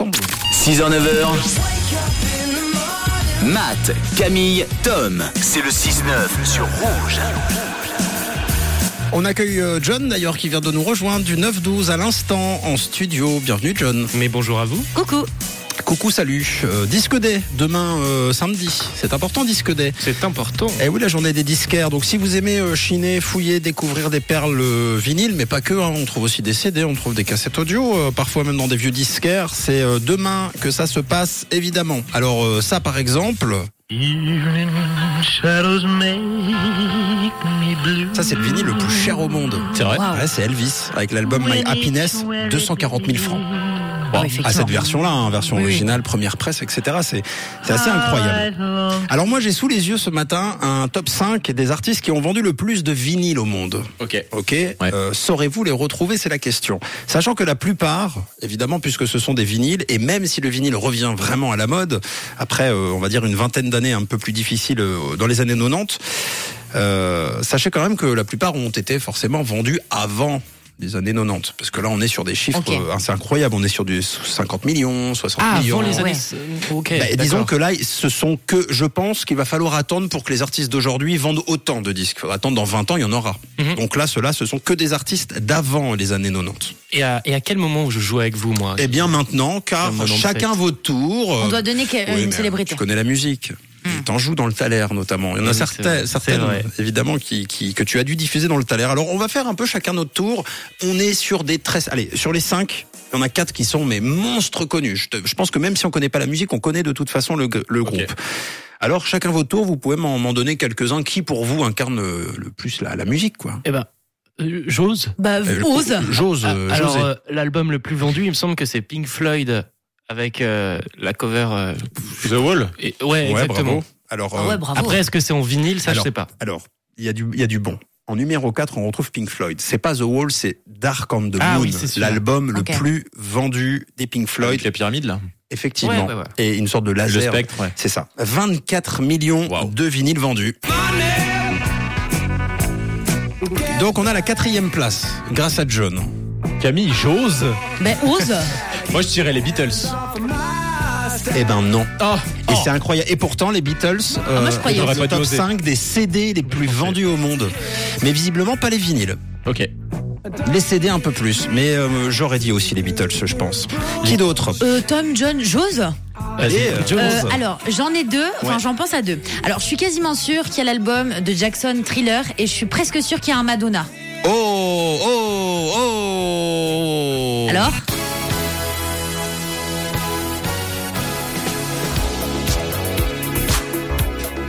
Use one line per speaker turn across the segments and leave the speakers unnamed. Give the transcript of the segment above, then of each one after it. ensemble.
6h, 9h. Matt, Camille, Tom. C'est le 6-9 sur Rouge.
On accueille euh, John d'ailleurs qui vient de nous rejoindre du 9-12 à l'instant en studio. Bienvenue John.
Mais bonjour à vous.
Coucou.
Coucou, salut. Euh, disque Day, demain euh, samedi. C'est important Disque Day.
C'est important.
Eh oui, la journée des disquaires. Donc si vous aimez euh, chiner, fouiller, découvrir des perles euh, vinyles, mais pas que, hein, on trouve aussi des CD, on trouve des cassettes audio, euh, parfois même dans des vieux disquaires. C'est euh, demain que ça se passe, évidemment. Alors euh, ça, par exemple,
Evening shadows make me blue.
ça c'est le vinyle le plus cher au monde. C'est vrai Ouais, c'est Elvis, avec l'album My Happiness, 240 000 francs.
Ah,
à
effectivement.
cette version-là, hein, version
Oui, Ah, oui.
originale, première presse, etc. C'est c'est assez incroyable. Alors moi, j'ai sous les yeux ce matin un top 5 des artistes qui ont vendu le plus de vinyles au monde.
Ok.
Ok. Euh, Saurez-vous les retrouver C'est la question. Sachant que la plupart, évidemment, puisque ce sont des vinyles, et même si le vinyle revient vraiment à la mode, après, euh, on va dire une vingtaine d'années un peu plus difficiles euh, dans les années 90, euh, sachez quand même que la plupart ont été forcément vendus avant les années 90. Parce que là, on est sur des chiffres,
Ok.
euh, assez incroyables. On est sur du 50 millions, 60
Ah,
millions.
avant les
Ouais.
années. Ok.
Bah, disons que là, ce sont que, je pense, qu'il va falloir attendre pour que les artistes d'aujourd'hui vendent autant de disques. Faut Attendre dans 20 ans, il y en aura.
Mhm.
Donc là, ceux-là, ce sont que des artistes d'avant les années 90.
Et à, et à quel moment je joue avec vous, moi
Eh bien maintenant, car
Comme un nom de
chacun
fête.
votre tour.
On
euh,
doit donner que-
oui,
une
mais
célébrité.
Tu connais la musique. Tu T'en joues dans le Thaler notamment. Il y en a
Oui, c'est vrai,
certaines,
c'est
certaines
vrai.
évidemment, qui, qui- que tu as dû diffuser dans le Thaler. Alors, on va faire un peu chacun notre tour. On est sur des 13. Allez, sur les 5, il y en a 4 qui sont mais monstres connus. Je, te- je pense que même si on connaît pas la musique, on connaît de toute façon le, gr- le
Ok.
groupe. Alors, chacun votre tour, vous pouvez m'en m'en donner quelques-uns qui, pour vous, incarnent euh, le plus la, la musique, quoi.
Eh ben, euh, j'ose.
Bah,
Euh,
ose.
J'ose.
Ah,
euh,
Alors,
j'oser.
euh, l'album le plus vendu, il me semble que c'est Pink Floyd avec euh, la cover. euh,
The Wall.
et- ouais,
Ouais,
exactement.
bravo. Alors,
Ah
euh,
ouais, bravo.
Après, est-ce que c'est en vinyle Ça,
Alors,
je sais pas.
Alors, il y, a du- il y a du bon. En numéro 4, on retrouve Pink Floyd. C'est pas The Wall, c'est Dark and the
Ah
Moon,
oui, c'est celui-là.
l'album
Ok.
le plus vendu des Pink Floyd,
Avec les pyramides, là.
effectivement.
Ouais, ouais, ouais.
Et une sorte de laser.
Le spectre, ouais.
C'est ça. 24 millions
Wow.
de vinyles vendus. Donc on a la quatrième place, grâce à John.
Camille, j'ose.
Ben, ose.
Moi, je dirais les Beatles.
Eh ben non.
Oh,
Et c'est incroyable. Et pourtant, les Beatles, euh,
Ah, moi, je croyais.
dans
J'aurais
le
pas dû
top
oser.
5 des CD les plus vendus au monde. Mais visiblement pas les vinyles.
Ok.
Les CD un peu plus, mais euh, j'aurais dit aussi les Beatles, je pense. Qui d'autre
Euh, Tom, John, j'ose.
vas-y.
Et, euh,
J'ose.
Euh, alors, j'en ai deux. Enfin,
Ouais.
j'en pense à deux. Alors, je suis quasiment sûre qu'il y a l'album de Jackson Thriller et je suis presque sûre qu'il y a un Madonna.
Oh, oh, oh
Alors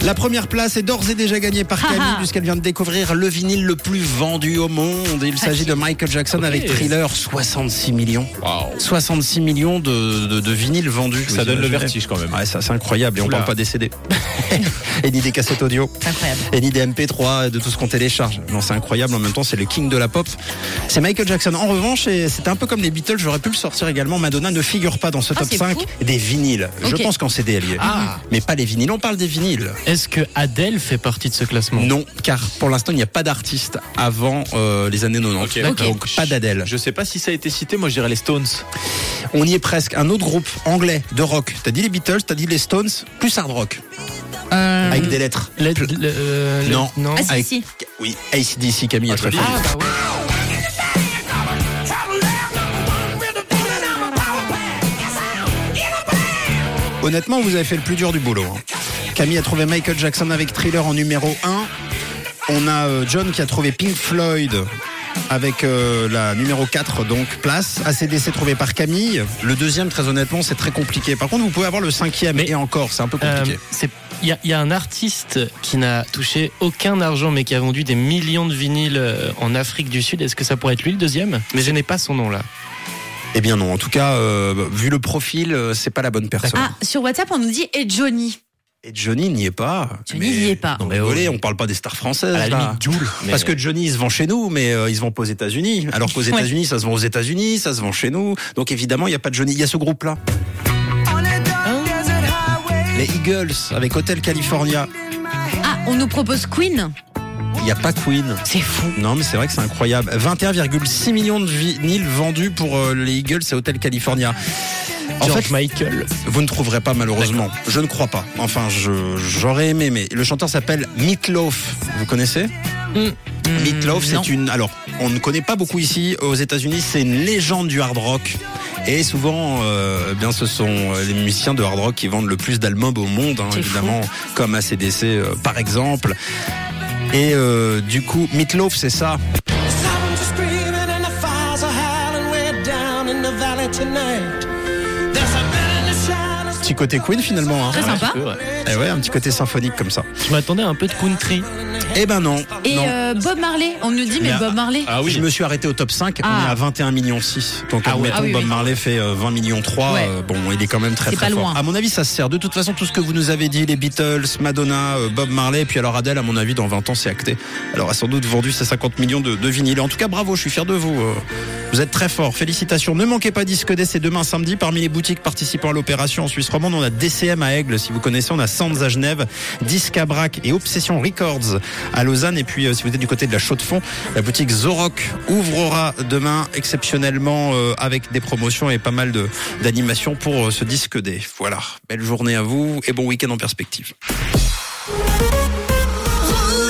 La première place est d'ores et déjà gagnée par Camille, puisqu'elle vient de découvrir le vinyle le plus vendu au monde. Il s'agit de Michael Jackson
Ok.
avec Thriller, 66 millions. 66 millions de, de, de vinyles vendus. Vous
Ça donne le
imaginez
vertige, quand même.
Ouais, ça c'est incroyable, et on
Oula.
parle pas des CD. et ni des cassettes audio.
C'est incroyable.
et ni des MP3 et de tout ce qu'on télécharge. Non, c'est incroyable. En même temps, c'est le king de la pop. C'est Michael Jackson. En revanche, et c'était un peu comme les Beatles. J'aurais pu le sortir également. Madonna ne figure pas dans ce
Ah,
top
c'est
5
fou.
des vinyles. Je
Ok.
pense qu'en CD, elle y est.
Ah.
Mais pas les vinyles. On parle des vinyles.
Est-ce que Adèle fait partie de ce classement
Non, car pour l'instant, il n'y a pas d'artiste avant euh, les années 90.
Ok.
D'accord.
Donc, pas d'Adèle.
Je sais pas si ça a été cité, moi, je dirais les Stones.
On y est presque. Un autre groupe anglais de rock. T'as dit les Beatles, t'as dit les Stones, plus hard rock.
Euh,
Avec des lettres.
le- le- euh, le-
Non.
non.
Ah, si,
Hein Avec-
si.
Oui, ACDC, Camille a très fort.
Ah, bah ouais.
Honnêtement, vous avez fait le plus dur du boulot. hein. Camille a trouvé Michael Jackson avec Thriller en numéro 1. On a euh, John qui a trouvé Pink Floyd avec euh, la numéro 4, donc place. ACDC trouvé par Camille. Le deuxième, très honnêtement, c'est très compliqué. Par contre, vous pouvez avoir le cinquième,
Mais-
et encore, c'est un peu
Euh,
compliqué.
c'est- Il y a, il y a un artiste qui n'a touché aucun argent mais qui a vendu des millions de vinyles euh, en Afrique du Sud. Est-ce que ça pourrait être lui le deuxième Mais je n'ai pas son nom là.
Eh bien non, en tout cas, euh, vu le profil, euh, c'est pas la bonne personne.
Ah, sur WhatsApp, on nous dit et Johnny.
Et Johnny n'y est pas.
Johnny
Mais-
n'y est pas.
Non mais rigolez, on parle pas des stars françaises.
À la
là.
limite, Jul.
Parce que Johnny, il se vend chez nous, mais euh, il se vend pas aux États-Unis. Alors qu'aux États-Unis, ça se vend aux États-Unis, ça se vend chez nous. Donc évidemment, il n'y a pas de Johnny. Il y a ce groupe-là. Les Eagles avec Hotel California.
Ah, on nous propose Queen.
Il n'y a pas Queen.
C'est fou.
Non, mais c'est vrai que c'est incroyable. 21,6 millions de vinyles vendus pour euh, les Eagles et Hotel California. En
George
fait,
Michael.
Vous ne trouverez pas malheureusement. Je ne crois pas. Enfin, je- j'aurais aimé, mais le chanteur s'appelle Meatloaf. Vous connaissez Meatloaf,
Mm. non.
c'est une. Alors, on ne connaît pas beaucoup ici. Aux États-Unis, c'est une légende du hard rock. Et souvent, euh, eh bien, ce sont euh, les musiciens de hard rock qui vendent le plus d'albums au monde, hein,
C'est fou.
évidemment, comme ACDC euh, par exemple. Et euh, du coup, Meatloaf, c'est ça.
Sirens are screaming and the fires are howling. We're down in the valley tonight. There's a man in the shadows.
Petit côté Queen finalement. hein.
Très sympa.
Eh ouais, un petit côté symphonique comme ça.
Je m'attendais à un peu de country.
Eh ben non.
Et
non.
euh, Bob Marley, on nous dit, mais
Mais,
Bob Marley.
Ah oui.
Je me suis arrêté au top 5, on
Ah.
est à 21 millions 6. Donc admettons
Ah oui,
Bob
oui.
Marley fait euh, 20 millions 3,
Ouais.
euh, bon, il est quand même très
C'est
très
pas
fort.
loin.
À mon avis, ça se sert. De toute façon, tout ce que vous nous avez dit, les Beatles, Madonna, euh, Bob Marley, et puis alors Adele, à mon avis, dans 20 ans, c'est acté. Alors a sans doute vendu ses 50 millions de, de vinyles. En tout cas, bravo, je suis fier de vous. euh, Vous êtes très fort. Félicitations. Ne manquez pas Disque D, c'est demain samedi. Parmi les boutiques participant à l'opération en Suisse romande, on a DCM à Aigle, si vous connaissez, on a Sands à Genève, Disque à Brac et Obsession Records à Lausanne. Et puis, euh, si vous êtes du côté de la Chaux-de-Fonds, la boutique Zoroc ouvrera demain exceptionnellement euh, avec des promotions et pas mal de- d'animations pour euh, ce Disque D. Voilà. Belle journée à vous et bon week-end en perspective.